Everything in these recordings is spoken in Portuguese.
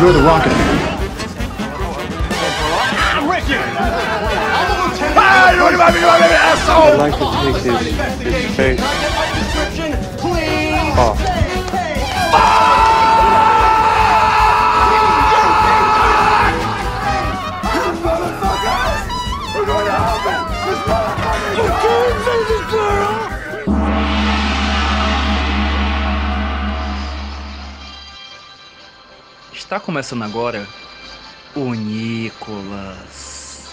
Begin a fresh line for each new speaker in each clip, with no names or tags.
You're the Rocket Man.
I'm with you. Ah, you want to be my asshole?
I'd like to take his, his face off.
Está começando agora o Nicolas.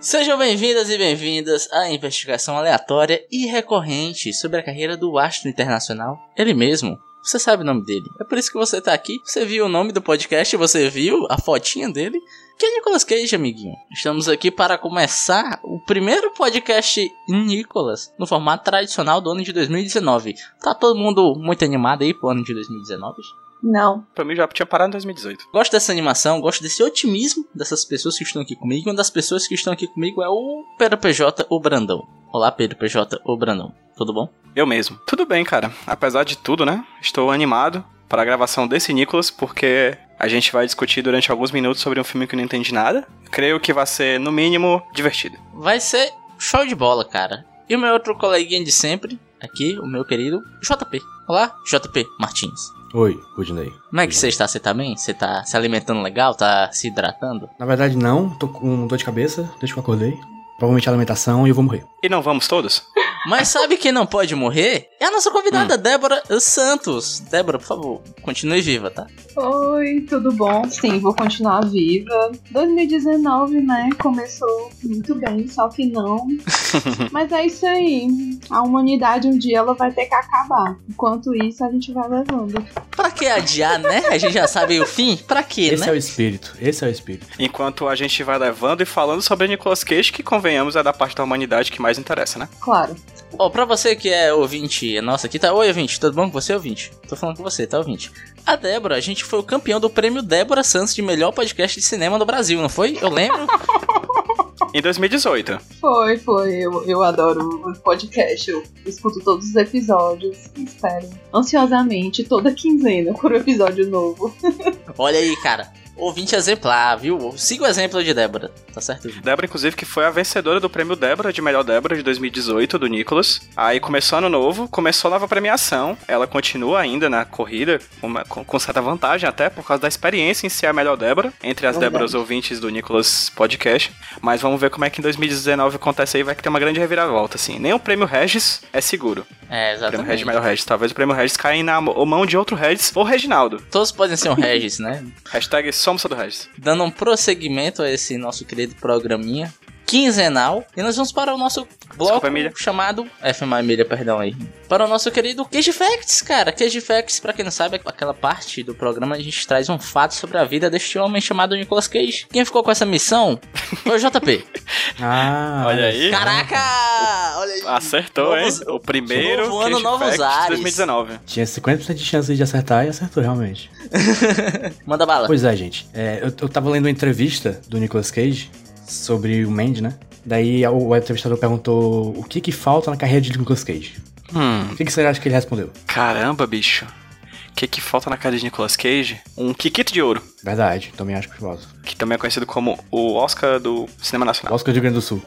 Sejam bem-vindas e bem-vindas à investigação aleatória e recorrente sobre a carreira do astro internacional. Ele mesmo. Você sabe o nome dele. É por isso que você tá aqui. Você viu o nome do podcast, você viu a fotinha dele. Que é Nicolas Cage, amiguinho. Estamos aqui para começar o primeiro podcast Nicolas no formato tradicional do ano de 2019. Tá todo mundo muito animado aí pro ano de 2019?
Não.
Pra mim já tinha parado em 2018.
Gosto dessa animação, gosto desse otimismo dessas pessoas que estão aqui comigo. Uma das pessoas que estão aqui comigo é o Pedro PJ, o Brandão. Olá, Pedro PJ, o Brandão. Tudo bom?
Eu mesmo. Tudo bem, cara. Apesar de tudo, né? Estou animado para a gravação desse Nicolas, porque a gente vai discutir durante alguns minutos sobre um filme que eu não entendi nada. Creio que vai ser, no mínimo, divertido.
Vai ser show de bola, cara. E o meu outro coleguinha de sempre, aqui, o meu querido JP. Olá, JP Martins.
Oi, Rudinei.
Como é que você está? Você tá bem? Você tá se alimentando legal? Tá se hidratando?
Na verdade, não. Tô com dor de cabeça desde que eu acordei. Provavelmente é alimentação e eu vou morrer.
E não vamos todos?
Mas sabe quem não pode morrer? É a nossa convidada,
Hum.
Débora Santos. Débora, por favor, continue viva, tá?
Oi, tudo bom? Sim, vou continuar viva. 2019, né? Começou muito bem, só que não. Mas é isso aí. A humanidade um dia ela vai ter que acabar. Enquanto isso, a gente vai levando.
Pra que adiar, né? A gente já sabe o fim. Pra que,
Esse
né?
é o espírito. Esse é o espírito.
Enquanto a gente vai levando e falando sobre Nicolas Cage, que convenhamos é da parte da humanidade que mais interessa, né?
Claro.
Ó, pra você que é ouvinte nossa aqui, tá? Oi, ouvinte, tudo bom com você, ouvinte? Tô falando com você, tá, ouvinte? A Débora, a gente foi o campeão do prêmio Débora Santos de melhor podcast de cinema do Brasil, não foi? Eu lembro.
Em 2018.
Foi, foi. Eu, eu adoro o podcast. Eu escuto todos os episódios. Espero ansiosamente toda quinzena por um episódio novo.
Olha aí, cara. Ouvinte exemplar, viu? Siga o exemplo de Débora, tá certo?
Débora, inclusive, que foi a vencedora do prêmio Débora de Melhor Débora de 2018, do Nicolas. Aí começou ano novo, começou nova premiação. Ela continua ainda na corrida, uma- com, com certa vantagem até, por causa da experiência em ser a melhor Débora, entre as
Verdade.
Déboras ouvintes do Nicolas Podcast. Mas vamos ver como é que em 2019 acontece aí, vai que ter uma grande reviravolta, assim. Nem o prêmio Regis é seguro.
É,
O prêmio Regis,
exatamente.
melhor Regis. Talvez o prêmio Regis caia na mo- mão de outro Regis ou Reginaldo.
Todos podem ser um Regis, né?
Hashtag somos do Regis.
dando um prosseguimento a esse nosso querido programinha quinzenal. E nós vamos para o nosso bloco
Desculpa, Emília.
chamado FMA Emília, perdão aí. Para o nosso querido Cage Facts, cara. Cage Facts, pra quem não sabe, é aquela parte do programa a gente traz um fato sobre a vida deste homem chamado Nicolas Cage. Quem ficou com essa missão foi o JP.
Ah,
Olha aí.
Caraca! Olha aí.
Acertou, hein?
Novos-
O primeiro
Novo ano,
Cage
novos
Fact de
ares.
2019.
Tinha 50% de chance de acertar e acertou realmente.
Manda bala.
Pois é, gente. É, eu, eu tava lendo uma entrevista do Nicolas Cage sobre o Mandy, né? Daí o, o entrevistador perguntou o que que falta na carreira de Nicolas Cage.
Hum,
O que, que você acha que ele respondeu?
caramba, bicho. O que, que falta na cara de Nicolas Cage? Um Kikito de Ouro,
Verdade, também acho que falta.
que também é conhecido como o Oscar do Cinema Nacional.
Oscar do Rio Grande do Sul.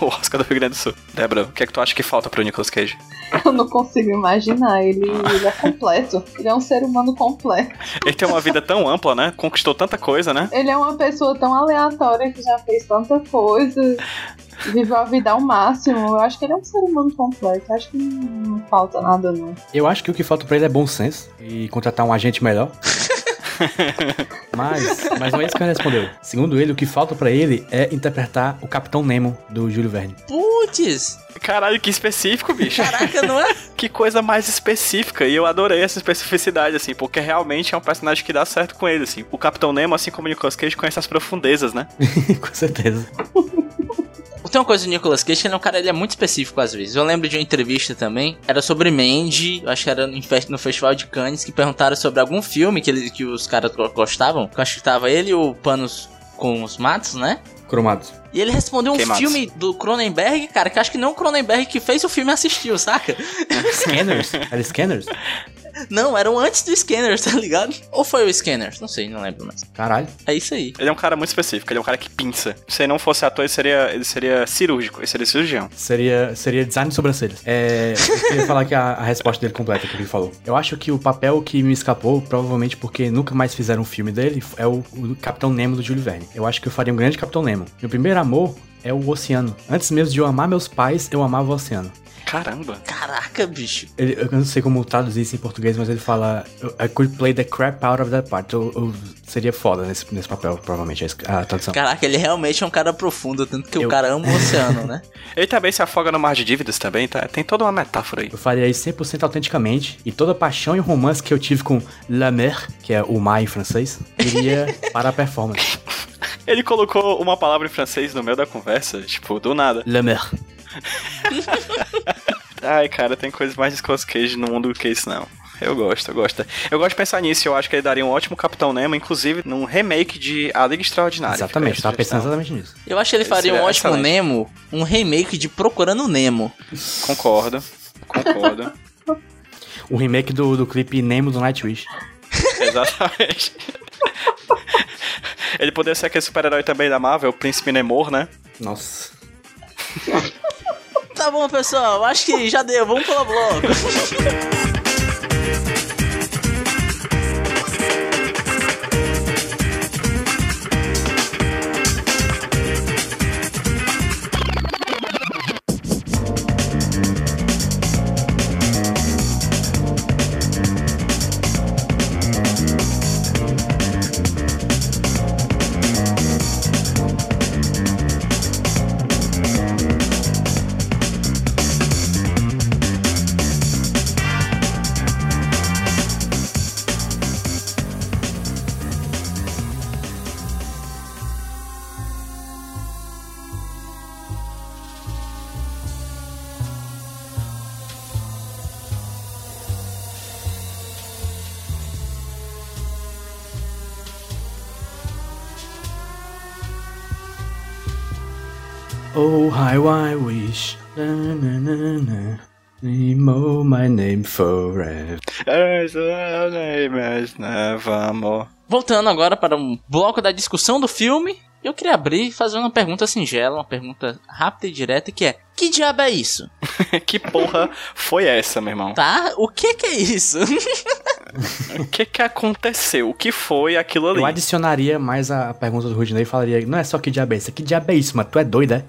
o Oscar do Rio Grande do Sul. Débora, o que é que tu acha que falta pro Nicolas Cage?
Eu não consigo imaginar. Ele, ele é completo. Ele é um ser humano completo.
Ele tem uma vida tão ampla, né? Conquistou tanta coisa, né?
Ele é uma pessoa tão aleatória que já fez tanta coisa, viveu a vida ao máximo. Eu acho que ele é um ser humano completo. Eu acho que não falta nada, não.
Eu acho que o que falta pra ele é bom senso e contratar um agente melhor. mas, mas não é isso que ele respondeu. Segundo ele, o que falta pra ele é interpretar o Capitão Nemo do Júlio Verne.
Putz!
Caralho, que específico, bicho.
Caraca, não é?
que coisa mais específica. E eu adorei essa especificidade, assim, porque realmente é um personagem que dá certo com ele, assim. O Capitão Nemo, assim como o Nicolas Cage, conhece as profundezas, né?
Com certeza.
Tem uma coisa do Nicolas Cage que ele é um cara, ele é muito específico às vezes. Eu lembro de uma entrevista também, era sobre Mandy, eu acho que era no, fest- no Festival de Cannes, que perguntaram sobre algum filme que, ele, que os caras go- gostavam. que Eu acho que tava ele e o Panos com os Matos, né?
cromados.
E ele respondeu um
Queimados.
filme do Cronenberg, cara, que acho que não o Cronenberg que fez o filme assistiu, saca?
Scanners? Era Scanners?
Não, eram antes do Scanners, tá ligado? Ou foi o Scanners? Não sei, não lembro mais.
Caralho.
É isso aí.
Ele é um cara muito específico, ele é um cara que pinça. Se ele não fosse ator, ele seria, ele seria cirúrgico, ele seria cirurgião.
Seria, seria design de sobrancelhas. É, eu queria falar aqui a, a resposta dele completa que ele falou. Eu acho que o papel que me escapou, provavelmente porque nunca mais fizeram um filme dele, é o, o Capitão Nemo do Júlio Verne. Eu acho que eu faria um grande Capitão Nemo. Meu primeiro amor é o oceano. Antes mesmo de eu amar meus pais, eu amava o oceano.
Caramba.
Caraca, bicho.
Ele- eu não sei como traduzir isso em português, mas ele fala I could play the crap out of that part. Então, Eu, eu seria foda nesse, nesse papel, provavelmente, a es- a tradução.
Caraca, ele realmente é um cara profundo, tanto que
Eu-
o cara ama o oceano, né?
Ele também se afoga no mar de dívidas também, tá? Tem toda uma metáfora aí.
Eu faria isso 100% autenticamente e toda a paixão e romance que eu tive com La Mer, que é o mar em francês, iria para a performance.
Ele colocou uma palavra em francês no meio da conversa, tipo, do nada.
La Mer.
Ai, cara, tem coisa mais Nicolas Cage no mundo do que isso, não. Eu gosto, eu gosto. Eu gosto de pensar nisso, eu acho que ele daria um ótimo Capitão Nemo, inclusive num remake de A Liga Extraordinária.
Exatamente, eu
Fica aí
tava
a
pensando
sugestão.
exatamente nisso.
Eu acho que ele
Esse
faria um
é
ótimo
excelente.
Nemo, um remake de Procurando Nemo.
Concordo, concordo.
O remake do, do clipe Nemo do Nightwish.
Exatamente. Ele poderia ser aquele super-herói também da Marvel, o Príncipe Nemor, né?
Nossa.
Tá bom, pessoal, acho que já deu, vamos pular bloco.
Oh, how I wish. Na, na, na, na. Nemo, my name forever.
Vamos.
Voltando agora para um bloco da discussão do filme, eu queria abrir e fazer uma pergunta singela, uma pergunta rápida e direta, que é: Que diabo é isso?
Que porra foi essa, meu irmão?
Tá? O que que é isso?
O que que aconteceu? O que foi aquilo ali?
Eu adicionaria mais a pergunta do Rudinei e falaria: Não é só que diabo é isso, é que diabo é isso, mas tu é doido, é?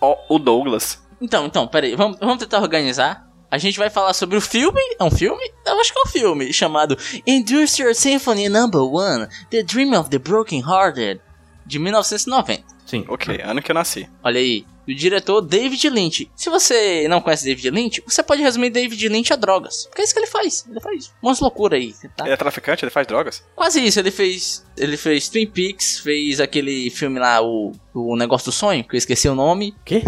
Ó, o Douglas.
Então, então, peraí, vamos, vamos tentar organizar. A gente vai falar sobre o filme. É um filme? Eu acho que é um filme chamado Industrial Symphony No. 1: The Dream of the Broken Hearted, de 1990.
Sim.
Ok, ano que eu nasci.
Olha aí, do diretor David Lynch. Se você não conhece David Lynch, você pode resumir David Lynch a drogas. Porque é isso que ele faz. Ele faz umas loucuras aí, tá?
Ele é traficante? Ele faz drogas?
Quase isso, ele fez. Ele fez Twin Peaks, fez aquele filme lá, o, o Negócio do Sonho, que eu esqueci o nome.
Quê?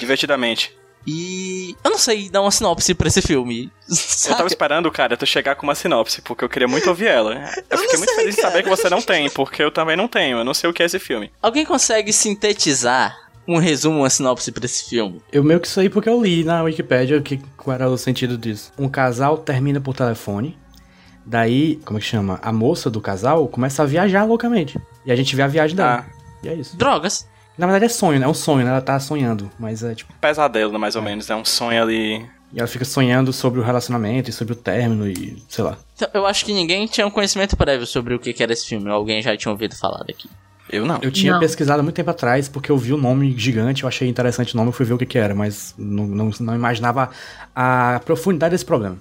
Divertidamente.
E. Eu não sei dar uma sinopse pra esse filme.
Eu tava
Saca?
esperando, cara, tu chegar com uma sinopse, porque eu queria muito ouvir ela. Eu
não
fiquei muito
sei,
feliz de
cara.
saber que você não tem, porque eu também não tenho. Eu não sei o que é esse filme.
Alguém consegue sintetizar um resumo, uma sinopse pra esse filme?
Eu meio que sei porque eu li na Wikipédia o que, qual era o sentido disso. Um casal termina por telefone, daí, como é que chama? A moça do casal começa a viajar loucamente. E a gente vê a viagem dela.
Ah,
E é isso.
Drogas.
Na verdade é sonho, né? É um sonho, né? Ela tá sonhando, mas é tipo.
pesadelo, mais ou menos. É um sonho ali.
E ela fica sonhando sobre o relacionamento e sobre o término e sei lá.
Então, eu acho que ninguém tinha um conhecimento prévio sobre o que que era esse filme. Alguém já tinha ouvido falar daqui.
Eu não.
Eu tinha
Não.
pesquisado muito tempo atrás porque eu vi o nome gigante, eu achei interessante o nome, eu fui ver o que, que era, mas não, não, não imaginava a profundidade desse problema.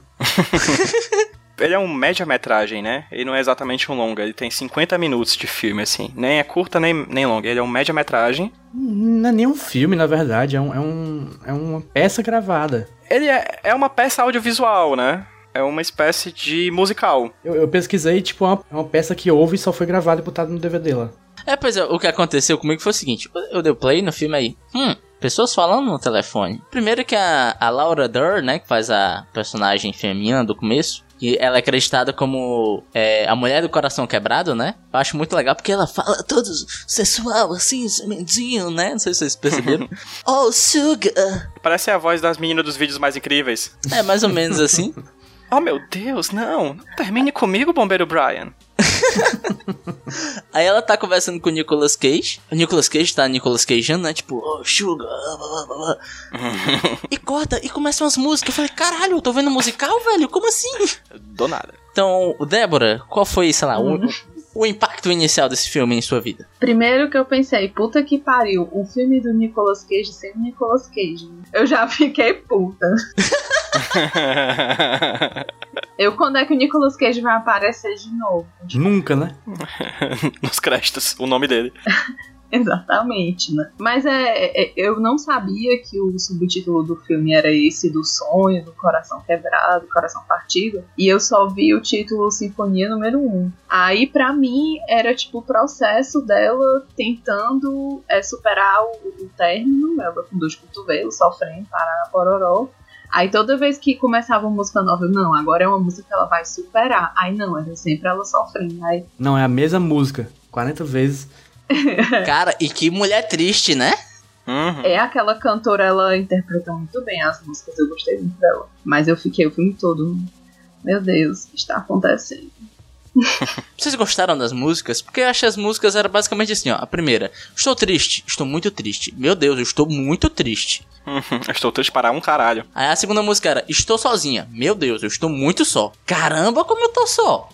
Ele é um média-metragem, né? Ele não é exatamente um longa. Ele tem 50 minutos de filme, assim. Nem é curta, nem, nem longa. Ele é um média-metragem.
Não é nenhum filme, na verdade, é, um, é, um, é uma peça gravada.
Ele é, é uma peça audiovisual, né? É uma espécie de musical.
Eu, eu pesquisei, tipo, é uma, é uma peça que houve e só foi gravada e botada no DVD lá.
É, pois é, o que aconteceu comigo foi o seguinte: eu- eu dei play no filme aí. Hum, pessoas falando no telefone. Primeiro que a, a Laura Dern, né, que faz a personagem feminina do começo, que ela é acreditada como é, a mulher do coração quebrado, né? Eu acho muito legal porque ela fala todo sensual, assim, gemidinho, né? Não sei se vocês perceberam. oh, sugar!
Parece a voz das meninas dos vídeos mais incríveis.
É mais ou menos assim.
Oh meu Deus, não! Não termine comigo, bombeiro Brian.
Aí ela tá conversando com o Nicolas Cage. O Nicolas Cage tá Nicolas Cageando, né? Tipo, oh, sugar, blá, blá, blá, blá. E corta, e começa umas músicas. Eu falei, caralho, eu tô vendo musical, velho? Como assim?
Do nada.
Então, Débora, qual foi, sei lá, o, o impacto inicial desse filme em sua vida?
Primeiro que eu pensei, puta que pariu, um filme do Nicolas Cage sem o Nicolas Cage. né? Eu já fiquei puta. Eu, quando é que o Nicolas Cage vai aparecer de novo?
Nunca, né?
Nos créditos, o nome dele.
Exatamente, né? Mas é, é- eu não sabia que o subtítulo do filme era esse do sonho, do coração quebrado, coração partido, e eu só vi o título Sinfonia número 1. Aí pra mim era tipo o processo dela tentando é, superar o, o término, ela com dor de cotovelo, sofrendo, para pororó. Aí toda vez que começava uma música nova, eu, não, agora é uma música que ela vai superar. Aí não, era sempre ela sofrendo. Aí
Não, é a mesma música. 40 vezes.
Cara, e que mulher triste, né?
Uhum.
É aquela cantora, ela interpretou muito bem as músicas, eu gostei muito dela. Mas eu fiquei o filme todo. Meu Deus, o que está acontecendo?
Vocês gostaram das músicas? Porque eu achei as músicas eram basicamente assim, ó. A primeira, estou triste, estou muito triste. Meu Deus, eu estou muito triste.
Uhum. Eu Estou triste para um caralho.
Aí a segunda música era, estou sozinha. Meu Deus, eu estou muito só. Caramba, como eu tô só.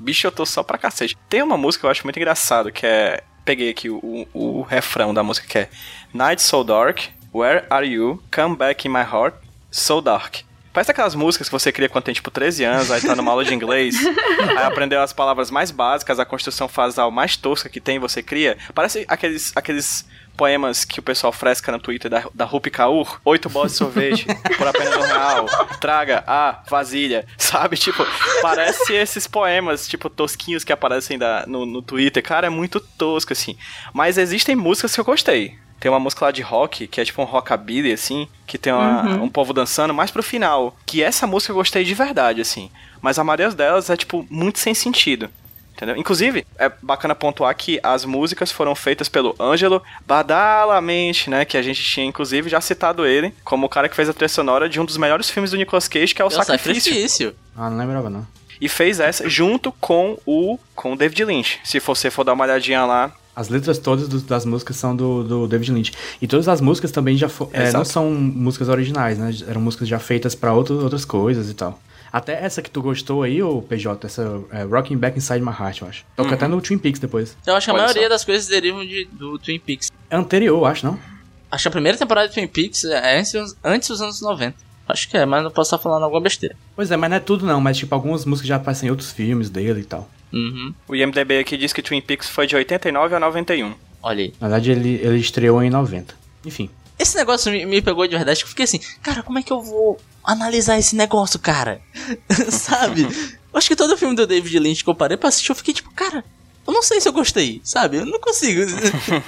Bicho, eu tô só pra cacete. Tem uma música que eu acho muito engraçado, que é. Peguei aqui o, o, o refrão da música que é Night So Dark, Where Are You? Come Back in My Heart, So Dark. Parece aquelas músicas que você cria quando tem tipo 13 anos, aí tá numa aula de inglês, aí aprendeu as palavras mais básicas, a construção frasal mais tosca que tem, você cria. Parece aqueles, aqueles poemas que o pessoal fresca no Twitter da, da Rupi Kaur, oito bolas de sorvete por apenas um real, traga a vasilha, sabe? Tipo, parece esses poemas, tipo, tosquinhos que aparecem da- no, no Twitter. Cara, é muito tosco, assim. Mas existem músicas que eu gostei. Tem uma música lá de rock, que é tipo um rockabilly, assim, que tem uma- um povo dançando, mais pro final. Que essa música eu gostei de verdade, assim. Mas a maioria delas é, tipo, muito sem sentido. Entendeu? Inclusive, é bacana pontuar que as músicas foram feitas pelo Ângelo Badalamente, né? Que a gente tinha, inclusive, já citado ele como o cara que fez a trilha sonora de um dos melhores filmes do Nicolas Cage, que é O
É o
Sacrifício.
sacrifício.
Ah, não lembrava, não.
E fez essa junto com o com o David Lynch. Se você for dar uma olhadinha lá.
As letras todas do- das músicas são do, do David Lynch. E todas as músicas também já fo- é,
Exato.
não são músicas originais, né? Eram músicas já feitas pra outro- outras coisas e tal. Até essa que tu gostou aí, ô PJ, essa é, Rocking Back Inside My Heart, eu acho. Toca até no Twin Peaks depois.
Eu acho que a
Olha
maioria
só.
das coisas derivam de, do Twin Peaks.
É anterior, eu acho, não?
Acho que a primeira temporada de Twin Peaks é antes, antes dos anos 90. Acho que é, mas não posso estar falando alguma besteira.
Pois é, mas não é tudo não, mas tipo, algumas músicas já aparecem em outros filmes dele e tal.
Uhum.
O IMDB aqui diz que Twin Peaks foi de 89 a 91.
Olha aí.
Na verdade, ele, ele estreou em 90. Enfim.
Esse negócio me, me pegou de verdade, que eu fiquei assim, cara, como é que eu vou analisar esse negócio, cara? sabe? Eu acho que todo filme do David Lynch que eu parei pra assistir, eu fiquei tipo, cara, eu não sei se eu gostei, sabe? Eu não consigo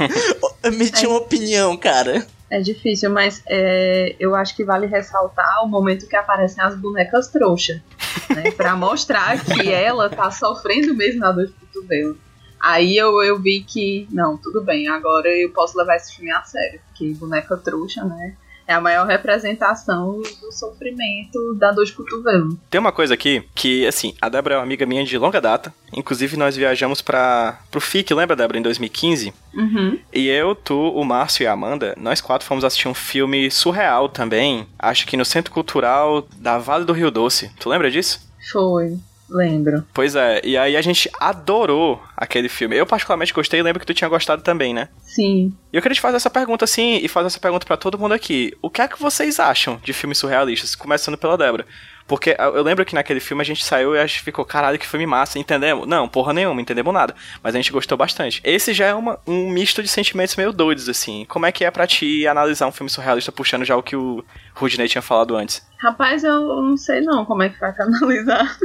emitir uma opinião, cara.
É difícil, mas é, eu acho que vale ressaltar o momento que aparecem as bonecas trouxa, né? Pra mostrar que ela tá sofrendo mesmo na dor de cotovelo. Aí eu, eu vi que, não, tudo bem, agora eu posso levar esse filme a sério, porque boneca trouxa, né? É a maior representação do sofrimento da dor de cotovelo.
Tem uma coisa aqui que, assim, a Débora é uma amiga minha de longa data. Inclusive, nós viajamos para pro FIC, lembra, Débora, em 2015?
Uhum.
E eu, tu, o Márcio e a Amanda, nós quatro fomos assistir um filme surreal também. Acho que no Centro Cultural da Vale do Rio Doce. Tu lembra disso?
Foi, lembro.
Pois é, e aí a gente adorou aquele filme. Eu particularmente gostei e lembro que tu tinha gostado também, né?
Sim.
E eu queria te fazer essa pergunta assim, e fazer essa pergunta pra todo mundo aqui. O que é que vocês acham de filmes surrealistas? Começando pela Débora. Porque ah, eu lembro que naquele filme a gente saiu e a gente ficou, caralho, que filme massa, entendemos? Não, porra nenhuma, entendemos nada. Mas a gente gostou bastante. Esse já é uma- um misto de sentimentos meio doidos, assim. Como é que é pra ti analisar um filme surrealista puxando já o que o, Rudney tinha falado antes.
Rapaz, eu não sei não como é que vai canalizar.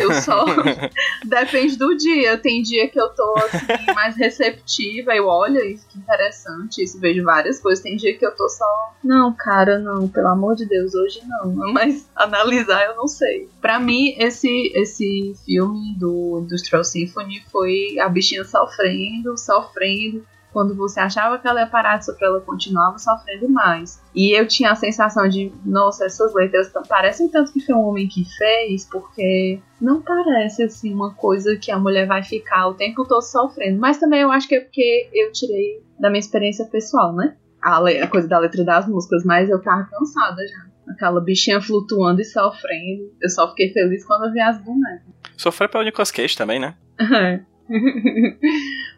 Eu só. Depende do dia. Tem dia que eu tô assim, mais receptiva, eu olho, isso que interessante, isso vejo várias coisas. Tem dia que eu tô só. Não, cara, não, pelo amor de Deus, hoje não. Mas analisar eu não sei. Pra mim, esse, esse filme do Industrial Symphony foi a bichinha sofrendo, sofrendo, quando você achava que ela ia parar de sofrer, ela continuava sofrendo mais. E eu tinha a sensação de, nossa, essas letras tão- parecem tanto que foi um homem que fez, porque não parece assim uma coisa que a mulher vai ficar o tempo todo sofrendo. Mas também eu acho que é porque eu tirei da minha experiência pessoal, né? A, le- a coisa da letra das músicas, mas eu tava cansada já. Aquela bichinha flutuando e sofrendo. Eu só fiquei feliz quando eu vi as bonecas.
Sofreu pelo Nicolas Cage também, né?
É.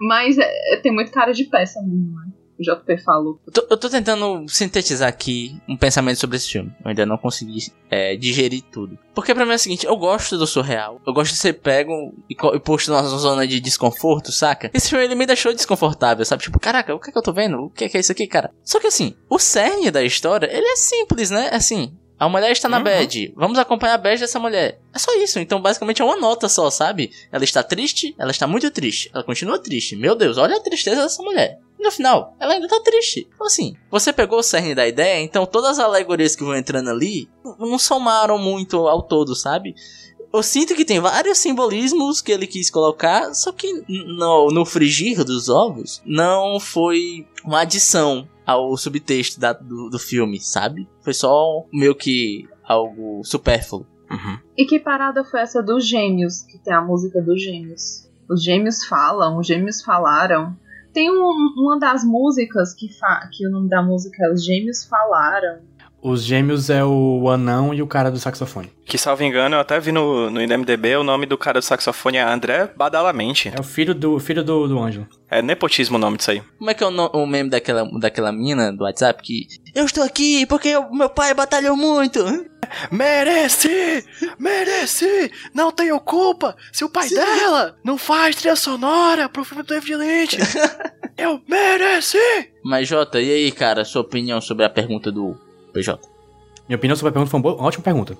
Mas é, tem muito cara de peça mesmo, né? O JP falou.
Eu tô, eu tô tentando sintetizar aqui um pensamento sobre esse filme. Eu ainda não consegui é, digerir tudo. Porque pra mim é o seguinte, eu gosto do surreal. Eu gosto de ser pego e, co- e posto numa zona de desconforto, saca? Esse filme ele me deixou desconfortável, sabe? Tipo, caraca, o que é que eu tô vendo? O que é que é isso aqui, cara? Só que assim, o cerne da história, ele é simples, né? Assim, a mulher está na
Uhum.
bad. Vamos acompanhar a bad dessa mulher. É só isso. Então, basicamente, é uma nota só, sabe? Ela está triste, ela está muito triste. Ela continua triste. Meu Deus, olha a tristeza dessa mulher. E no final, ela ainda tá triste. Então, assim, você pegou o cerne da ideia, então todas as alegorias que vão entrando ali n- não somaram muito ao todo, sabe? Eu sinto que tem vários simbolismos que ele quis colocar, só que n- no, no frigir dos ovos não foi uma adição ao subtexto da- do, do filme, sabe? Foi só meio que algo supérfluo.
E que parada foi essa dos gêmeos, que tem a música dos gêmeos? Os gêmeos falam, os gêmeos falaram. Tem um- uma das músicas que, fa que o nome da música é Os Gêmeos Falaram.
Os gêmeos é o anão e o cara do saxofone.
Que, salvo engano, eu até vi no, no IMDB o nome do cara do saxofone é André Badalamente.
É o filho do filho do, do Ângelo.
É nepotismo o nome disso aí.
Como é que é o, no- o meme daquela, daquela mina do WhatsApp que. Eu estou aqui porque o meu pai batalhou muito!
Merece! Merece! Não tenho culpa se o pai dela não faz trilha sonora pro filme do David Lynch. Eu mereci!
Mas, Jota, e aí, cara, sua opinião sobre a pergunta do PJ?
Minha opinião sobre a pergunta foi uma, boa, uma ótima pergunta.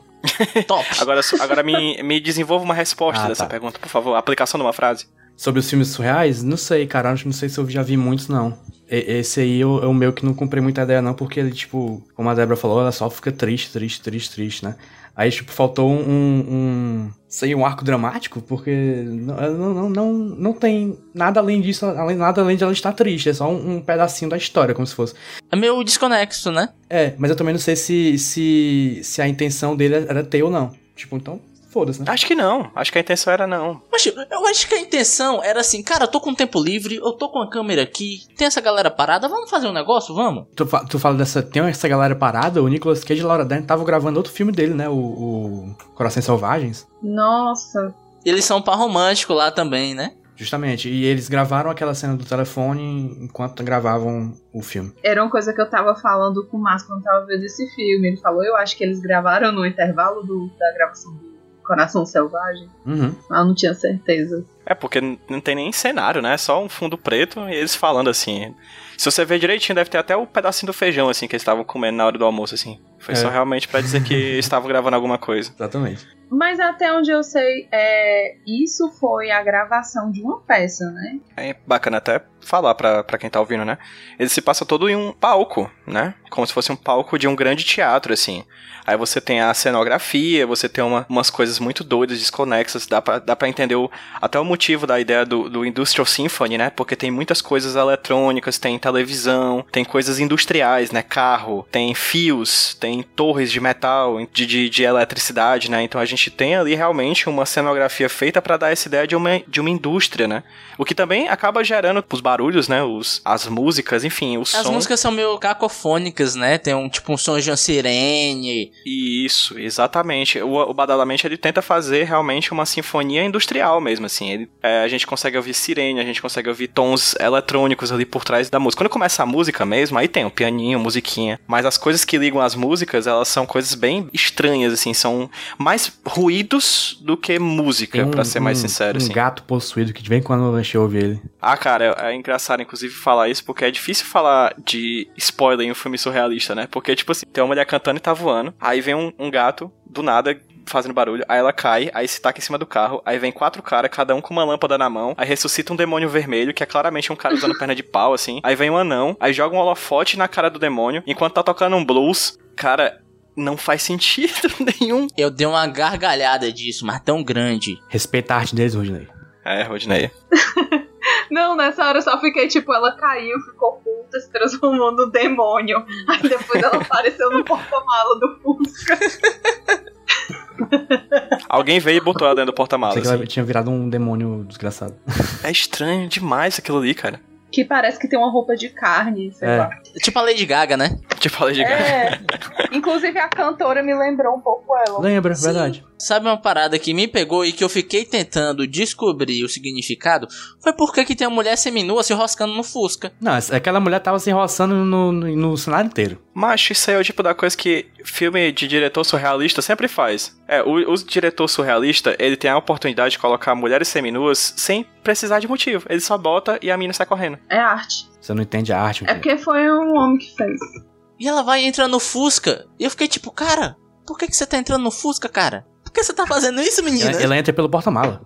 Top!
Agora, agora me, me desenvolva uma resposta
Ah,
dessa
tá.
pergunta, por favor. Aplicação numa frase.
Sobre os filmes surreais, não sei, cara. Acho que não sei se eu já vi muitos, não. E- esse aí eu, eu meio que não comprei muita ideia, não, porque ele, tipo, como a Débora falou, ela só fica triste, triste, triste, triste, né? Aí, tipo, faltou um. um sei, um arco dramático, porque não, não, não, não, não tem nada além disso, além, nada além de ela estar triste. É só um, um pedacinho da história, como se fosse.
É meio desconexo, né?
É, mas eu também não sei se, se, se a intenção dele era ter ou não. Tipo, então, foda-se, né?
Acho que não. Acho que a intenção era não.
Mas tipo, eu acho que a intenção era assim, cara, eu tô com tempo livre, eu tô com a câmera aqui, tem essa galera parada, vamos fazer um negócio, vamos?
Tu, fa- tu fala dessa. Tem essa galera parada, o Nicolas Cage e Laura Dern estavam gravando outro filme dele, né? O, o Corações Selvagens.
Nossa,
Eles são um par romântico lá também, né?
Justamente. E eles gravaram aquela cena do telefone enquanto gravavam o filme.
era uma coisa que eu tava falando com o Márcio quando tava vendo esse filme. Ele falou, eu acho que eles gravaram no intervalo do- da gravação do Coração Selvagem.
Uhum.
Ah, não tinha certeza.
É porque n- não tem nem cenário, né? É só um fundo preto e eles falando assim. Se você ver direitinho, deve ter até o pedacinho do feijão, assim, que eles estavam comendo na hora do almoço, assim. Foi
É.
só realmente pra dizer que estavam gravando alguma coisa.
Exatamente.
Mas até onde eu sei, é, isso foi a gravação de uma peça, né?
É bacana até falar pra, pra quem tá ouvindo, né? Ele se passa todo em um palco, né? Como se fosse um palco de um grande teatro, assim. Aí você tem a cenografia, você tem uma- umas coisas muito doidas, desconexas. Dá pra, dá pra entender o- até o motivo da ideia do, do Industrial Symphony, né? Porque tem muitas coisas eletrônicas, tem televisão, tem coisas industriais, né? Carro, tem fios, tem torres de metal, de, de, de eletricidade, né? Então a gente tem ali realmente uma cenografia feita pra dar essa ideia de uma, de uma indústria, né? O que também acaba gerando os barulhos, né? Os, as músicas, enfim, o
As
som.
músicas são meio cacofônicas, né? Tem um tipo um som de uma sirene.
Isso, exatamente. O, o Badalamente ele tenta fazer realmente uma sinfonia industrial mesmo, assim. Ele é, a gente consegue ouvir sirene, a gente consegue ouvir tons eletrônicos ali por trás da música. Quando começa a música mesmo, aí tem o pianinho, musiquinha. Mas as coisas que ligam as músicas, elas são coisas bem estranhas, assim. São mais ruídos do que música, É, pra ser mais sincero,
um
assim.
gato possuído que de vez em quando a gente ouve ele.
Ah, cara, é é engraçado, inclusive, falar isso, porque é difícil falar de spoiler em um filme surrealista, né? Porque, tipo assim, tem uma mulher cantando e tá voando, aí vem um, um gato, do nada, fazendo barulho, aí ela cai, aí se taca em cima do carro, aí vem quatro caras, cada um com uma lâmpada na mão, aí ressuscita um demônio vermelho, que é claramente um cara usando perna de pau, assim, aí vem um anão, aí joga um holofote na cara do demônio, enquanto tá tocando um blues, cara... Não faz sentido nenhum.
Eu dei uma gargalhada disso, mas tão grande.
Respeita a arte deles, Rodney.
É, Rodney.
Não, nessa hora eu só fiquei tipo, ela caiu, ficou puta, se transformou no demônio. Aí depois ela apareceu no porta-mala do Fusca.
Alguém veio e botou ela dentro do
Pensei
porta-malas. assim.
que ela tinha virado um demônio desgraçado.
É estranho demais aquilo ali, cara.
Que parece que tem uma roupa de carne, sei
É.
lá.
Tipo a Lady Gaga, né?
Tipo, ela de
É. Inclusive a cantora me lembrou um pouco ela.
Lembra,
Sim.
verdade.
Sabe uma parada que me pegou e que eu fiquei tentando descobrir o significado? Foi porque que tem uma mulher seminua se roscando no Fusca.
Não, essa- aquela mulher tava se enroçando no, no, no cenário inteiro.
Macho, isso aí é o tipo da coisa que filme de diretor surrealista sempre faz. É, o, o diretor surrealista, ele tem a oportunidade de colocar mulheres seminuas sem precisar de motivo. Ele só bota e a mina sai correndo.
É arte.
Você não entende a arte.
É
Rodney.
porque foi um homem que fez.
E ela vai entrando no Fusca. E eu fiquei tipo, cara, por que, que você tá entrando no Fusca, cara? Por que você tá fazendo isso, menina?
ela, ela entra pelo porta-mala.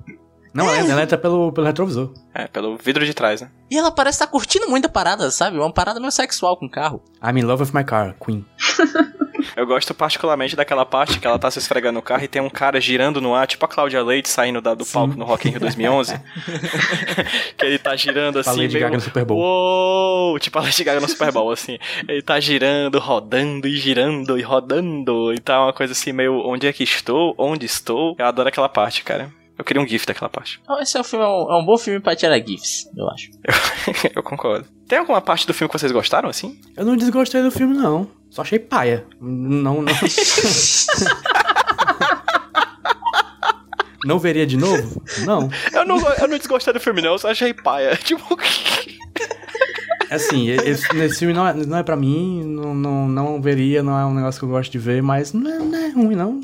Não, ela, ela entra pelo, pelo retrovisor.
É, pelo vidro de trás, né?
E ela parece estar tá curtindo muito a parada, sabe? Uma parada meio sexual com o carro.
I'm in love with my car, Queen.
Eu gosto particularmente daquela parte que ela tá se esfregando no carro e tem um cara girando no ar, tipo a Cláudia Leite saindo da- do
Sim.
palco no Rock in Rio 2011. que ele tá girando assim,
Falei de
meio...
Gaga no Super Bowl.
Uou! Tipo a Lady Gaga no Super Bowl, assim. Ele tá girando, rodando e girando e rodando. E tá uma coisa assim, meio onde é que estou, onde estou. Eu adoro aquela parte, cara. Eu queria um GIF daquela parte.
Então, Esse é um, filme, é um- é um bom filme pra tirar GIFs, eu acho.
Eu concordo. Tem alguma parte do filme que vocês gostaram, assim?
Eu não desgostei do filme, não. Só achei paia. Não, não. não veria de novo? Não.
Eu não, eu não desgostei do filme, não. Eu só achei paia. Tipo,
Assim, esse, esse filme não é, não é pra mim, não, não, não veria, não é um negócio que eu gosto de ver, mas não é, não é ruim, não.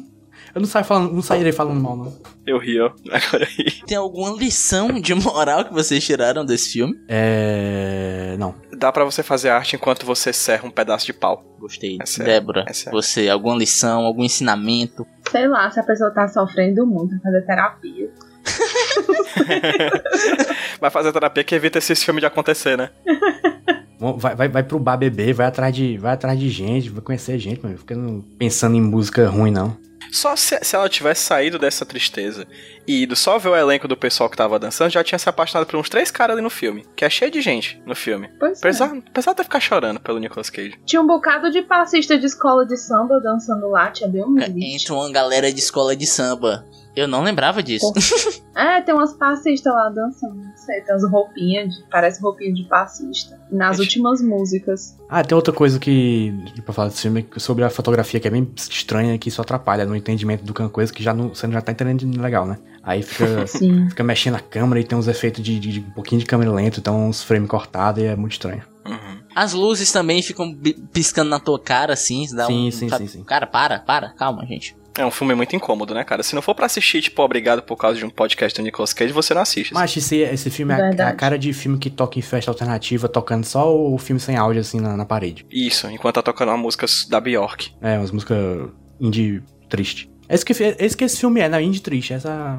Eu não, saio falando, não sairei falando mal, não.
eu ri, ó. Agora eu ri.
Tem alguma lição de moral que vocês tiraram desse filme?
É. Não.
Dá pra você fazer arte enquanto você serra um pedaço de pau.
Gostei.
É sério,
Débora,
é sério.
você, alguma lição, algum ensinamento?
Sei lá, se a pessoa tá sofrendo muito, fazer terapia.
Vai fazer terapia que evita esses filmes de acontecer, né?
Vai, vai, vai pro bar beber, vai atrás de, vai atrás de gente, vai conhecer gente, mas fica não pensando em música ruim, não.
Só se, se ela tivesse saído dessa tristeza e ido só ver o elenco do pessoal que tava dançando, já tinha se apaixonado por uns três caras ali no filme. Que é cheio de gente no filme.
Pois é.
Apesar, apesar de eu ficar chorando pelo Nicolas Cage.
Tinha um bocado de passista de escola de samba dançando lá, tinha bem um
É, Entra uma galera de escola de samba. Eu não lembrava disso.
É, tem umas passistas lá dançando, não sei, tem umas roupinhas, de, parece roupinha de passista. Nas
Ixi.
últimas músicas.
Ah, tem outra coisa que. pra falar desse filme, sobre a fotografia que é bem estranha, que isso atrapalha no entendimento do que é uma coisa que já não, você já tá entendendo legal, né? Aí fica,
Sim.
fica mexendo a câmera e tem uns efeitos de, de- de um pouquinho de câmera lenta, então uns frames cortados e é muito estranho.
As luzes também ficam bi- piscando na tua cara, assim. Dá
Sim,
um,
sim,
sabe?
sim, sim.
Cara, para, para. Calma, gente.
É um filme muito incômodo, né, cara? Se não for pra assistir, tipo, obrigado por causa de um podcast do Nicolas Cage, você não assiste.
Mas esse, esse filme é a- é a,
Verdade.
cara de filme que toca em festa alternativa, tocando só o filme sem áudio assim na, na parede.
Isso, enquanto tá tocando uma música da Bjork.
É, umas músicas indie triste. É isso que, fi- é isso que esse filme é, né? Indie triste, essa é a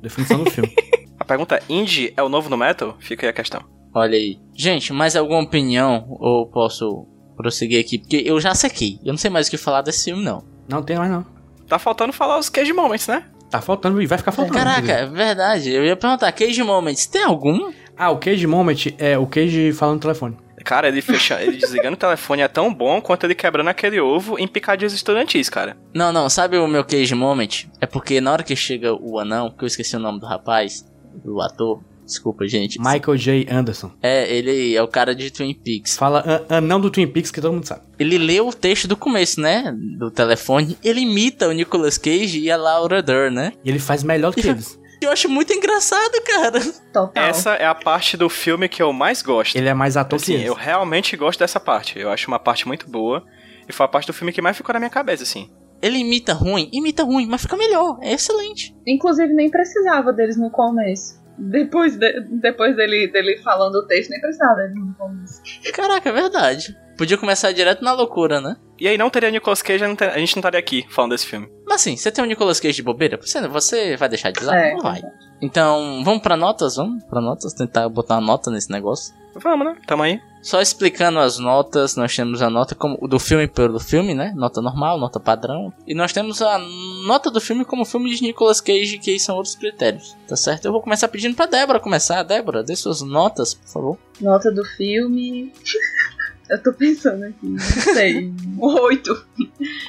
definição do filme.
A pergunta é, indie é o novo no metal? Fica aí a questão.
Olha aí. Gente, mais alguma opinião? Ou posso prosseguir aqui? Porque eu já sequei. Eu não sei mais o que falar desse filme, não.
Não tem mais não.
Tá faltando falar os Cage Moments, né?
Tá faltando e vai ficar faltando.
Caraca,
inclusive.
é verdade. Eu ia perguntar, Cage Moments, tem algum?
Ah, o Cage Moment é o Cage falando no telefone.
Cara, ele, fecha, ele desligando o telefone é tão bom quanto ele quebrando aquele ovo em picadinhas estudantis, cara.
Não, não, sabe o meu Cage Moment? É porque na hora que chega o anão, que eu esqueci o nome do rapaz, do ator, desculpa, gente.
Michael J. Anderson.
É, ele é o cara de Twin Peaks.
Fala an- anão do Twin Peaks que todo mundo sabe.
Ele lê o texto do começo, né? Do telefone. Ele imita o Nicolas Cage e a Laura Dern, né?
E ele faz melhor do que eles.
Que eu acho muito engraçado, cara.
Total.
Essa é a parte do filme que eu mais gosto.
Ele é mais ator
Assim,
que
eu realmente gosto dessa parte. Eu acho uma parte muito boa. E foi a parte do filme que mais ficou na minha cabeça, assim.
Ele imita ruim, imita ruim, mas fica melhor. É excelente.
Inclusive, nem precisava deles no começo. Depois, de- depois dele, dele falando o texto, nem precisava deles no começo.
Caraca, é verdade. Podia começar direto na loucura, né?
E aí não teria Nicolas Cage, não ter- a gente não estaria aqui falando desse filme.
Mas assim, você tem o Nicolas Cage de bobeira? Você, você vai deixar de lado?
É.
Não vai. Então, vamos pra notas? Vamos pra notas? Tentar botar uma nota nesse negócio.
Vamos, né? Tamo aí.
Só explicando as notas, nós temos a nota como do filme pelo filme, né? Nota normal, nota padrão. E nós temos a nota do filme como filme de Nicolas Cage, que aí são outros critérios, tá certo? Eu vou começar pedindo pra Débora começar. Débora, dê suas notas, por favor.
Nota do filme. Eu tô pensando aqui, não sei. um Oito.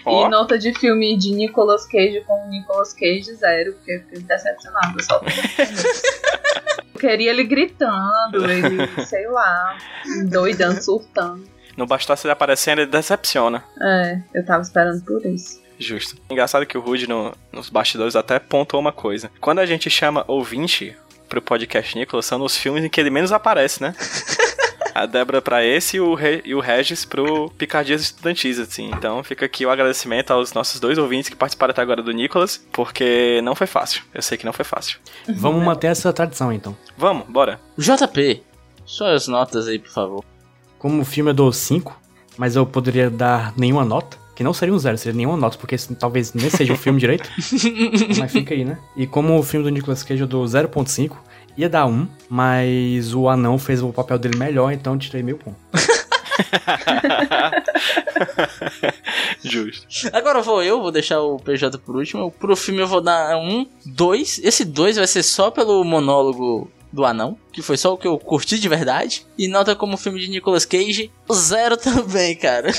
Ó,
E nota de filme de Nicolas Cage com Nicolas Cage, zero, porque eu fiquei decepcionada só. com isso. Eu queria ele gritando, ele, sei lá, doidando, surtando.
não bastasse ele aparecendo, ele decepciona.
É, eu tava esperando por isso.
Justo. Engraçado que o Rude no- nos bastidores até pontuou uma coisa. Quando a gente chama ouvinte pro podcast Nicolas, são nos filmes em que ele menos aparece, né? A Débora pra esse e o, Re- e o Regis pro Picardias Estudantis, assim. Então fica aqui o agradecimento aos nossos dois ouvintes que participaram até agora do Nicolas, porque não foi fácil. Eu sei que não foi fácil.
é. Vamos manter essa tradição, então.
Vamos, bora.
JP, suas notas aí, por favor.
Como o filme eu dou 5, mas eu poderia dar nenhuma nota, que não seria um zero, seria nenhuma nota, porque esse talvez nem seja o filme direito. mas fica aí, né? E como o filme do Nicolas Cage eu dou 0.5, ia dar 1, mas o anão fez o papel dele melhor, então eu tirei meio ponto.
Justo.
Agora vou eu, vou deixar o PJ por último. Pro filme eu vou dar um, dois. Esse dois vai ser só pelo monólogo do anão, que foi só o que eu curti de verdade. E nota como filme de Nicolas Cage, zero também, cara.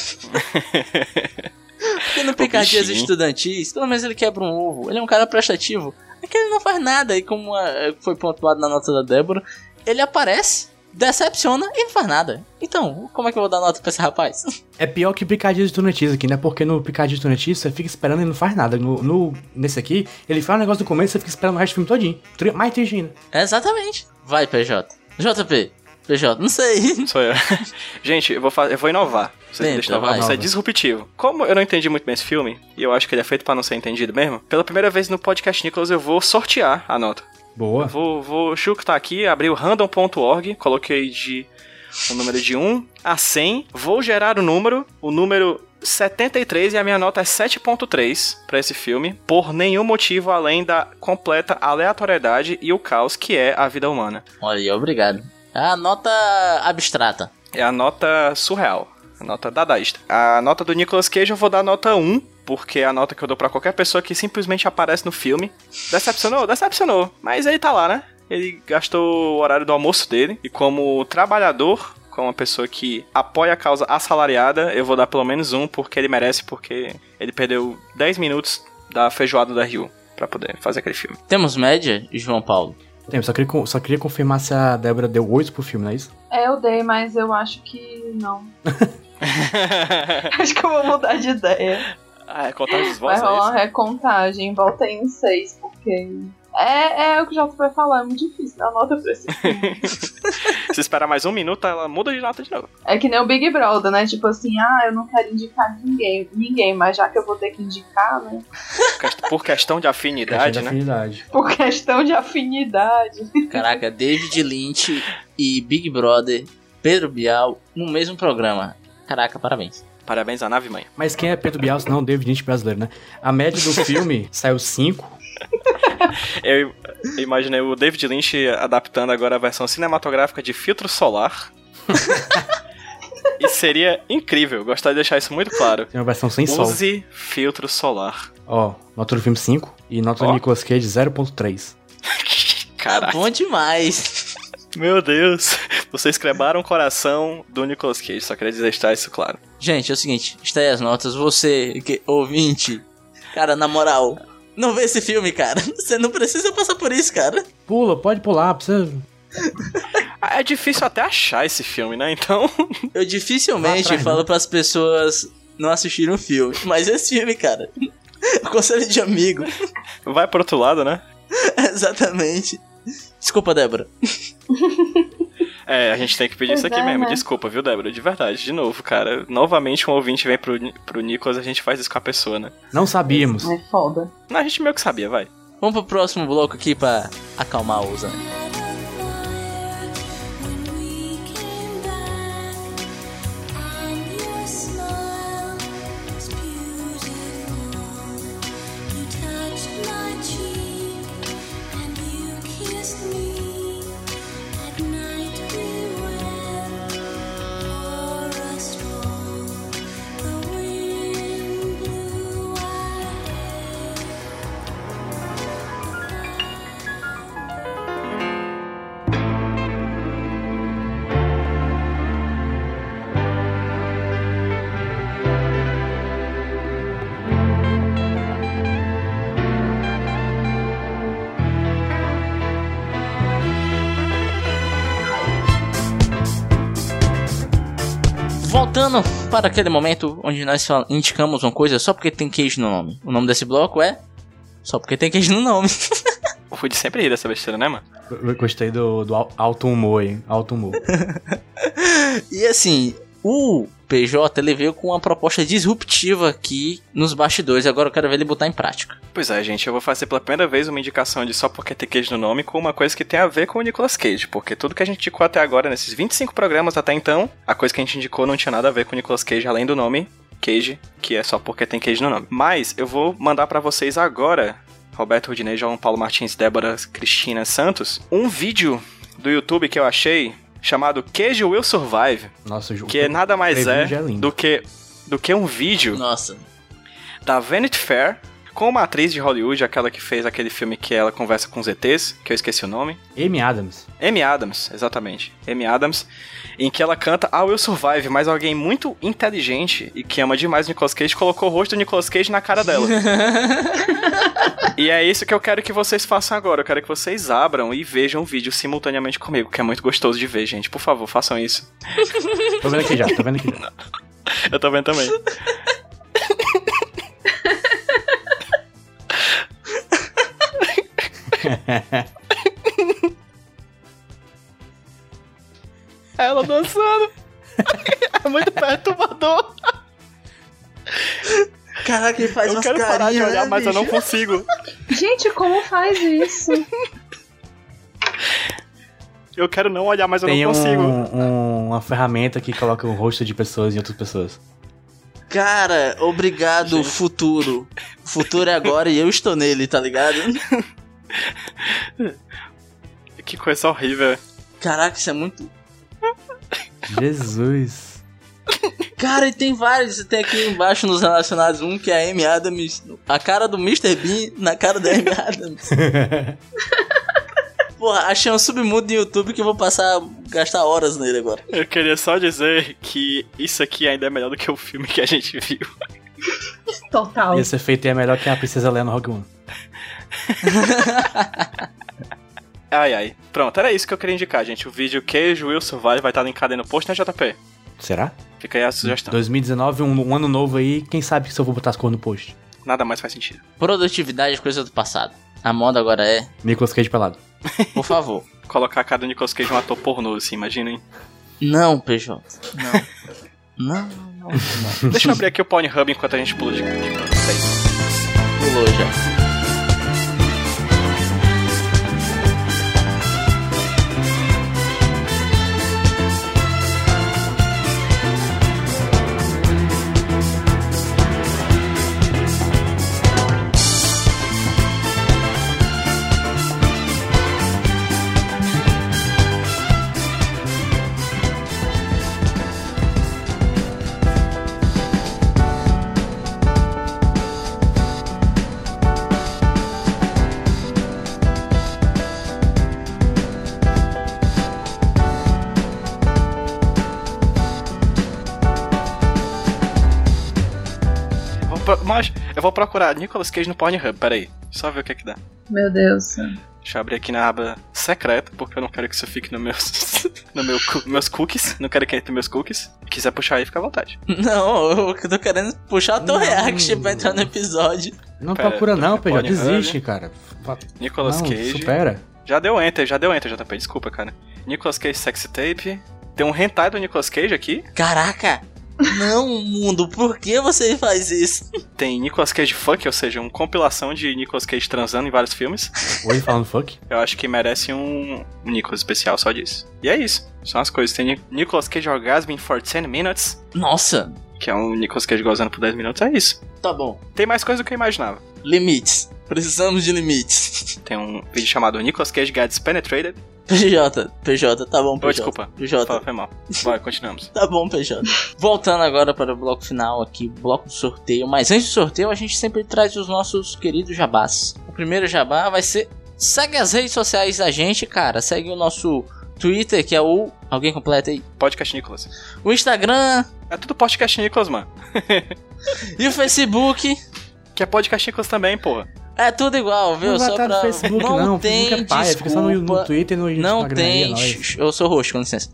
Porque no Picardias
bichinho.
Estudantis, pelo menos ele quebra um ovo. Ele é um cara prestativo. É que ele não faz nada, e como eh, foi pontuado na nota da Débora, ele aparece, decepciona e não faz nada. Então, como é que eu vou dar nota pra esse rapaz?
É pior que Picadinho de Tunetis aqui, né? Porque no Picadinho de Tunetis você fica esperando e não faz nada. No, no- nesse aqui, ele fala um negócio do começo e você fica esperando o resto do filme todinho. Tri- mais triste ainda.
É, Exatamente. Vai, PJ. JP. PJ, não sei.
Sou eu. Gente, eu vou, fa- eu vou inovar. Vocês
Tenta,
me deixam inovar,
vai.
isso é disruptivo. Como eu não entendi muito bem esse filme, e eu acho que ele é feito pra não ser entendido mesmo, pela primeira vez no podcast Nicolas eu vou sortear a nota.
Boa.
Vou, vou chutar aqui, abri o random.org, coloquei de um número de 1 a 100, vou gerar o número, o número 73 e a minha nota é 7.3 pra esse filme, por nenhum motivo além da completa aleatoriedade e o caos que é a vida humana.
Olha aí, obrigado. A nota abstrata.
É a nota surreal. A nota dadaísta. A nota do Nicolas Cage eu vou dar nota 1, porque é a nota que eu dou pra qualquer pessoa que simplesmente aparece no filme. Decepcionou? Decepcionou. Mas ele tá lá, né? Ele gastou o horário do almoço dele. E como trabalhador, como uma pessoa que apoia a causa assalariada, eu vou dar pelo menos um, porque ele merece, porque ele perdeu 10 minutos da feijoada da Rio pra poder fazer aquele filme.
Temos média, João Paulo.
Tem, só queria, con- só queria confirmar se a Débora deu 8 pro filme, não é isso?
É, eu dei, mas eu acho que não. Acho que eu vou mudar de ideia.
ah, é contagem dos
Vai
votos, é
rolar
isso?
uma recontagem, volta em um 6, porque. É, é o que o Jato vai falar, é muito difícil dar nota pra esse filme.
Se esperar mais um minuto, ela muda de nota de novo.
É que nem o Big Brother, né? Tipo assim, ah, eu não quero indicar ninguém, ninguém, mas já que eu vou ter que indicar, né?
Por questão de afinidade,
Questão de
né?
afinidade.
Por questão de afinidade.
Caraca, David Lynch e Big Brother, Pedro Bial, no mesmo programa. Caraca, parabéns.
Parabéns à nave mãe.
Mas quem é Pedro Bial, senão o David Lynch brasileiro, né? A média do filme saiu 5.
Eu imaginei o David Lynch adaptando agora a versão cinematográfica de Filtro Solar. e seria incrível, gostaria de deixar isso muito claro.
Tem uma versão sem sol.
Use filtro solar.
Ó, nota do filme 5 e nota
Ó.
do Nicolas Cage 0.3.
Tá
Caraca,
bom demais.
meu Deus. Vocês crebaram o coração do Nicolas Cage, só queria deixar isso claro.
Gente, é o seguinte, está aí as notas. Você, que, ouvinte, cara, na moral, não vê esse filme, cara. Você não precisa passar por isso, cara.
Pula, pode pular, precisa.
Ah, É difícil até achar esse filme, né? Então,
Eu dificilmente
Lá atrás, né?
falo pras pessoas não assistirem um o filme, mas esse filme, cara. Conselho de amigo.
vai pro outro lado, né?
Exatamente. Desculpa, Débora.
É, a gente tem que pedir
Pois
isso aqui
é,
mesmo.
né?
Desculpa, viu, Débora? De verdade, de novo, cara. Novamente um ouvinte vem pro, pro Nicolas, a gente faz isso com a pessoa, né?
Não sabíamos.
É foda.
Não, a gente meio que sabia, vai.
Vamos pro próximo bloco aqui pra acalmar os ânimos. Voltando para aquele momento onde nós só indicamos uma coisa só porque tem queijo no nome. O nome desse bloco é. Só porque tem queijo no nome.
O Rude sempre ri dessa besteira, né, mano?
Eu gostei do, do al- alto humor, hein? Alto humor.
E assim, o PJ ele veio com uma proposta disruptiva aqui nos bastidores. Agora eu quero ver ele botar em prática.
Pois é, gente, eu vou fazer pela primeira vez uma indicação de só porque tem queijo no nome com uma coisa que tem a ver com o Nicolas Cage, porque tudo que a gente indicou até agora, nesses 25 programas até então, a coisa que a gente indicou não tinha nada a ver com o Nicolas Cage, além do nome Cage, que é só porque tem queijo no nome. Mas eu vou mandar pra vocês agora, Roberto Rudinei, João Paulo Martins, Débora Cristina Santos, um vídeo do YouTube que eu achei chamado Queijo Will Survive,
Nossa, o
que é nada mais é
é lindo.
do que do que um vídeo
Nossa.
da Vanity Fair com uma atriz de Hollywood, aquela que fez aquele filme que ela conversa com os ETs, que eu esqueci o nome.
Amy Adams.
Amy Adams, exatamente. Amy Adams, em que ela canta I Will Survive, mas alguém muito inteligente e que ama demais o Nicolas Cage colocou o rosto do Nicolas Cage na cara dela. e é isso que eu quero que vocês façam agora. Eu quero que vocês abram e vejam o vídeo simultaneamente comigo, que é muito gostoso de ver, gente. Por favor, façam isso.
Tô vendo aqui já, tô vendo aqui já.
Eu tô vendo também. Ela dançando. É muito perturbador.
Caraca, ele faz né,
eu quero parar de olhar, mas eu não consigo.
Gente, como faz isso?
Eu quero não olhar, mas eu
Tem
não consigo.
um- um- uma ferramenta que coloca o rosto de pessoas em outras pessoas.
Cara, obrigado, futuro. O futuro é agora e eu estou nele, tá ligado?
Que coisa horrível.
Caraca, isso é muito.
Jesus.
Cara, e tem vários. Tem aqui embaixo nos relacionados um que é a Amy Adams. A cara do Mr. Bean na cara da Amy Adams. Porra, achei um submundo no YouTube que eu vou passar. gastar horas nele agora.
Eu queria só dizer que isso aqui ainda é melhor do que o filme que a gente viu.
Total.
Esse efeito aí é melhor que a Princesa Leia no Rogue One.
Ai, ai. Pronto, era isso que eu queria indicar, gente. O vídeo Queijo Will Survive vai estar linkado aí no post, né, JP?
Será?
Fica aí a sugestão.
2019, um, um ano novo aí, quem sabe se eu vou botar as cores no post.
Nada mais faz sentido.
Produtividade é coisa do passado. A moda agora é,
Nicolas Cage pelado.
por favor.
Colocar a cara do Nicolas Cage um ator pornô, assim, imaginem.
Não, PJ. Não. Não, não, não. não.
Deixa eu abrir aqui o Pornhub enquanto a gente pula de... de- Sei.
Pulou já.
Eu vou pro- Mas eu vou procurar Nicolas Cage no Pornhub, peraí. Só ver o que é que dá.
Meu Deus.
Deixa eu abrir aqui na aba secreta, porque eu não quero que isso fique no meus, no meu, cu- meus cookies. Não quero que entre meus cookies. Se quiser puxar aí, fica à vontade.
Não, eu tô querendo puxar o teu
Não.
react pra entrar no episódio.
Não
Pera,
procura não, PJ.
Pode
Desiste, cara. Fa-
Nicolas
não,
Cage.
supera.
Já deu enter, já deu enter, JP, desculpa, cara. Nicolas Cage Sexy Tape. Tem um hentai do Nicolas Cage aqui.
Caraca! Não, mundo, por que você faz isso?
Tem Nicolas Cage Funk, ou seja, uma compilação de Nicolas Cage transando em vários filmes.
Ou ele falando fuck.
Eu acho que merece um um Nicolas especial só disso. E é isso. São as coisas. Tem Ni- Nicolas Cage Orgasm in 10 Minutes,
Nossa,
que é um Nicolas Cage gozando por 10 minutos. É isso.
tá bom.
Tem mais coisa do que eu imaginava.
Limites. Precisamos de limites.
Tem um vídeo chamado Nicolas Cage Gets Penetrated.
PJ, PJ, tá bom, PJ.
Oh, desculpa. Fala,
PJ,
foi mal. Vai, continuamos.
tá bom, PJ. Voltando agora para o bloco final aqui, bloco do sorteio. Mas antes do sorteio, a gente sempre traz os nossos queridos jabás. O primeiro jabá vai ser... Segue as redes sociais da gente, cara. Segue o nosso Twitter, que é o... Alguém completa aí?
Podcast Nicolas.
O Instagram
É tudo podcast Nicolas, mano.
e o Facebook...
Que é podcast Nicolas também, porra.
É tudo igual, viu?
não vai
Só
estar
pra...
no Facebook, não.
não
O
tem
Facebook é paia, Fica só no,
desculpa.
no Twitter e no Instagram.
Não
aí, é
tem.
nóis.
Eu sou roxo, com licença.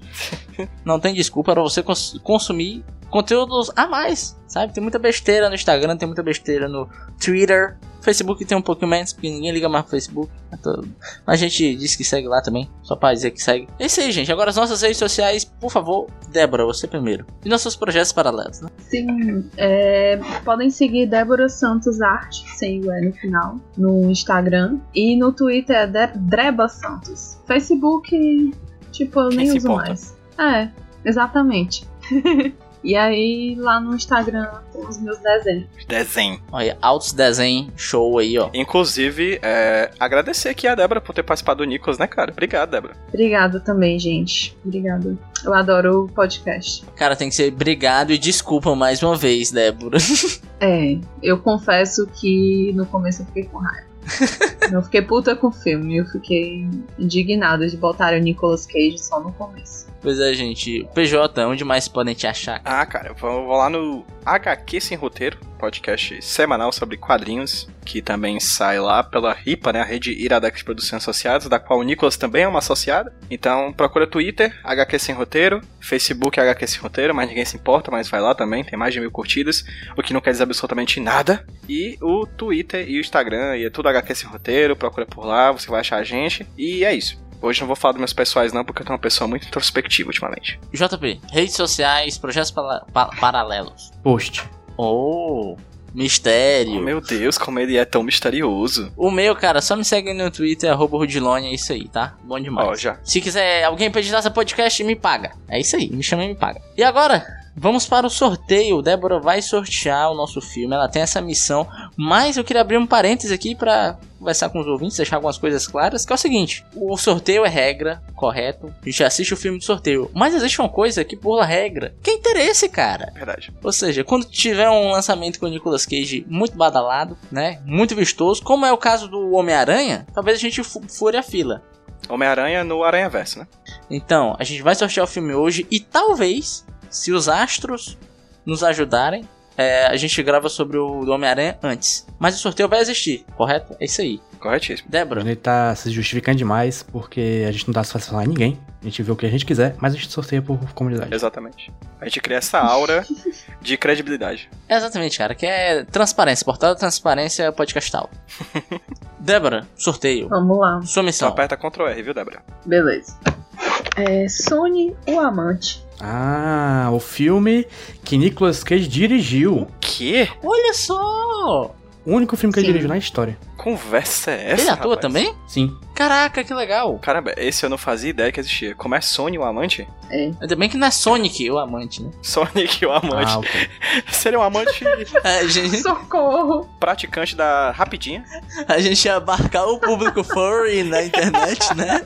Não tem desculpa para você cons- consumir conteúdos a mais, sabe? Tem muita besteira no Instagram, tem muita besteira no Twitter. Facebook tem um pouquinho menos, porque ninguém liga mais pro Facebook. É todo- A gente diz que segue lá também, só pra dizer que segue. É isso aí, gente. Agora as nossas redes sociais, por favor, Débora, você primeiro. E nossos projetos paralelos, né?
Sim, é, podem seguir Débora Santos Arte, sem o E no final, no Instagram. E no Twitter é De Dreba Santos. Facebook, tipo, eu
Quem
nem
se
uso
importa?
mais. É, exatamente. e aí lá no Instagram tem os meus desenhos.
Desenho.
Olha, altos desenho, show aí, ó.
Inclusive, é, agradecer aqui a Débora por ter participado do Nicolas, né, cara? Obrigado, Débora.
Obrigada também, gente. Obrigada. Eu adoro o podcast.
Cara, tem que ser obrigado e desculpa mais uma vez, Débora.
É, eu confesso que no começo eu fiquei com raiva. eu fiquei puta com o filme, eu fiquei indignada de botar o Nicolas Cage só no começo.
Pois é, gente. PJ, onde mais podem te achar?
Ah, cara, eu vou vou lá no HQ Sem Roteiro, podcast semanal sobre quadrinhos, que também sai lá pela RIPA, né, a Rede Iradex de Produções Associadas, da qual o Nicolas também é uma associada. Então, procura Twitter, HQ Sem Roteiro, Facebook, HQ Sem Roteiro, mas ninguém se importa, mas vai lá também, tem mais de mil curtidas, o que não quer dizer absolutamente nada. E o Twitter e o Instagram, e é tudo HQ Sem Roteiro, procura por lá, você vai achar a gente, e é isso. Hoje não vou falar dos meus pessoais não, porque eu tô uma pessoa muito introspectiva ultimamente.
JP, redes sociais, projetos pala- pa- paralelos.
Post.
Oh,
Oh,
mistério.
meu Deus, como ele é tão misterioso.
O meu, cara, só me segue no Twitter, arroba Rudilone, é isso aí, tá? Bom demais.
Ó, já.
Se quiser alguém pra editar seu podcast, me paga. É isso aí, me chama e me paga. E agora, vamos para o sorteio. Débora vai sortear o nosso filme, ela tem essa missão. Mas eu queria abrir um parênteses aqui pra conversar com os ouvintes, deixar algumas coisas claras, que é o seguinte. O sorteio é regra, correto. A gente assiste o filme do sorteio. Mas existe uma coisa que pula a regra. Que é interesse, cara.
Verdade.
Ou seja, quando tiver um lançamento com o Nicolas Cage muito badalado, né? Muito vistoso, como é o caso do Homem-Aranha, talvez a gente fu- fure a fila.
Homem-Aranha no Aranhaverso, né?
Então, a gente vai sortear o filme hoje e talvez, se os astros nos ajudarem, é, a gente grava sobre o do Homem-Aranha antes. Mas o sorteio vai existir, correto? É isso aí.
Corretíssimo.
Débora,
Ele tá se justificando demais porque a gente não dá satisfação a ninguém. A gente vê o que a gente quiser, mas a gente sorteia por comunidade.
Exatamente. A gente cria essa aura de credibilidade.
exatamente, cara, que é transparência, portal da transparência podcastal. Débora, sorteio.
Vamos lá,
Sua
Só
missão.
aperta Ctrl R, viu, Débora?
beleza. É, Sony, o amante.
Ah, o filme que Nicolas Cage dirigiu.
Que
Olha só!
O único filme que ele
Sim.
dirigiu na história.
conversa é essa?
Ele atua
rapaz?
também?
Sim.
Caraca, que legal!
Caramba, esse eu não fazia ideia que existia. Como é Sony o amante?
Ainda bem que não é Sonic o amante, né?
Sonic o amante.
Ah, ok.
Seria um amante
A gente,
Socorro!
praticante da Rapidinha.
a gente ia abarcar o público furry na internet, né?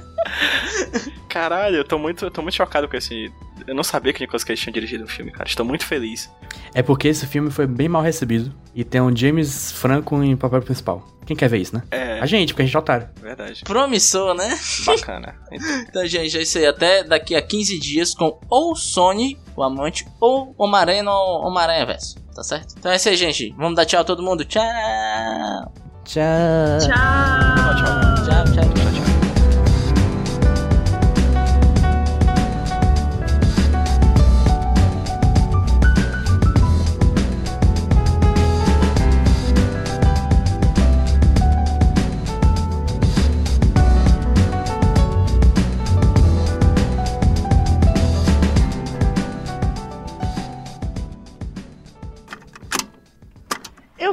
Caralho, eu tô muito, eu tô muito chocado com esse. Eu não sabia que o Nicolas Cage tinha dirigido um filme, cara. Estou muito feliz.
É porque esse filme foi bem mal recebido e tem um James Franco em papel principal. Quem quer ver isso, né?
É,
A gente, porque a gente é otário.
verdade.
Promissor, né?
Bacana.
Então, gente, é isso aí. Até daqui a 15 dias com ou Sony, o amante, ou Homem-Aranha no Homem-Aranha Verso. Tá certo? Então é isso aí, gente. Vamos dar tchau a todo mundo. Tchau!
Tchau.
Tchau!
Tchau, tchau, tchau, tchau.
Eu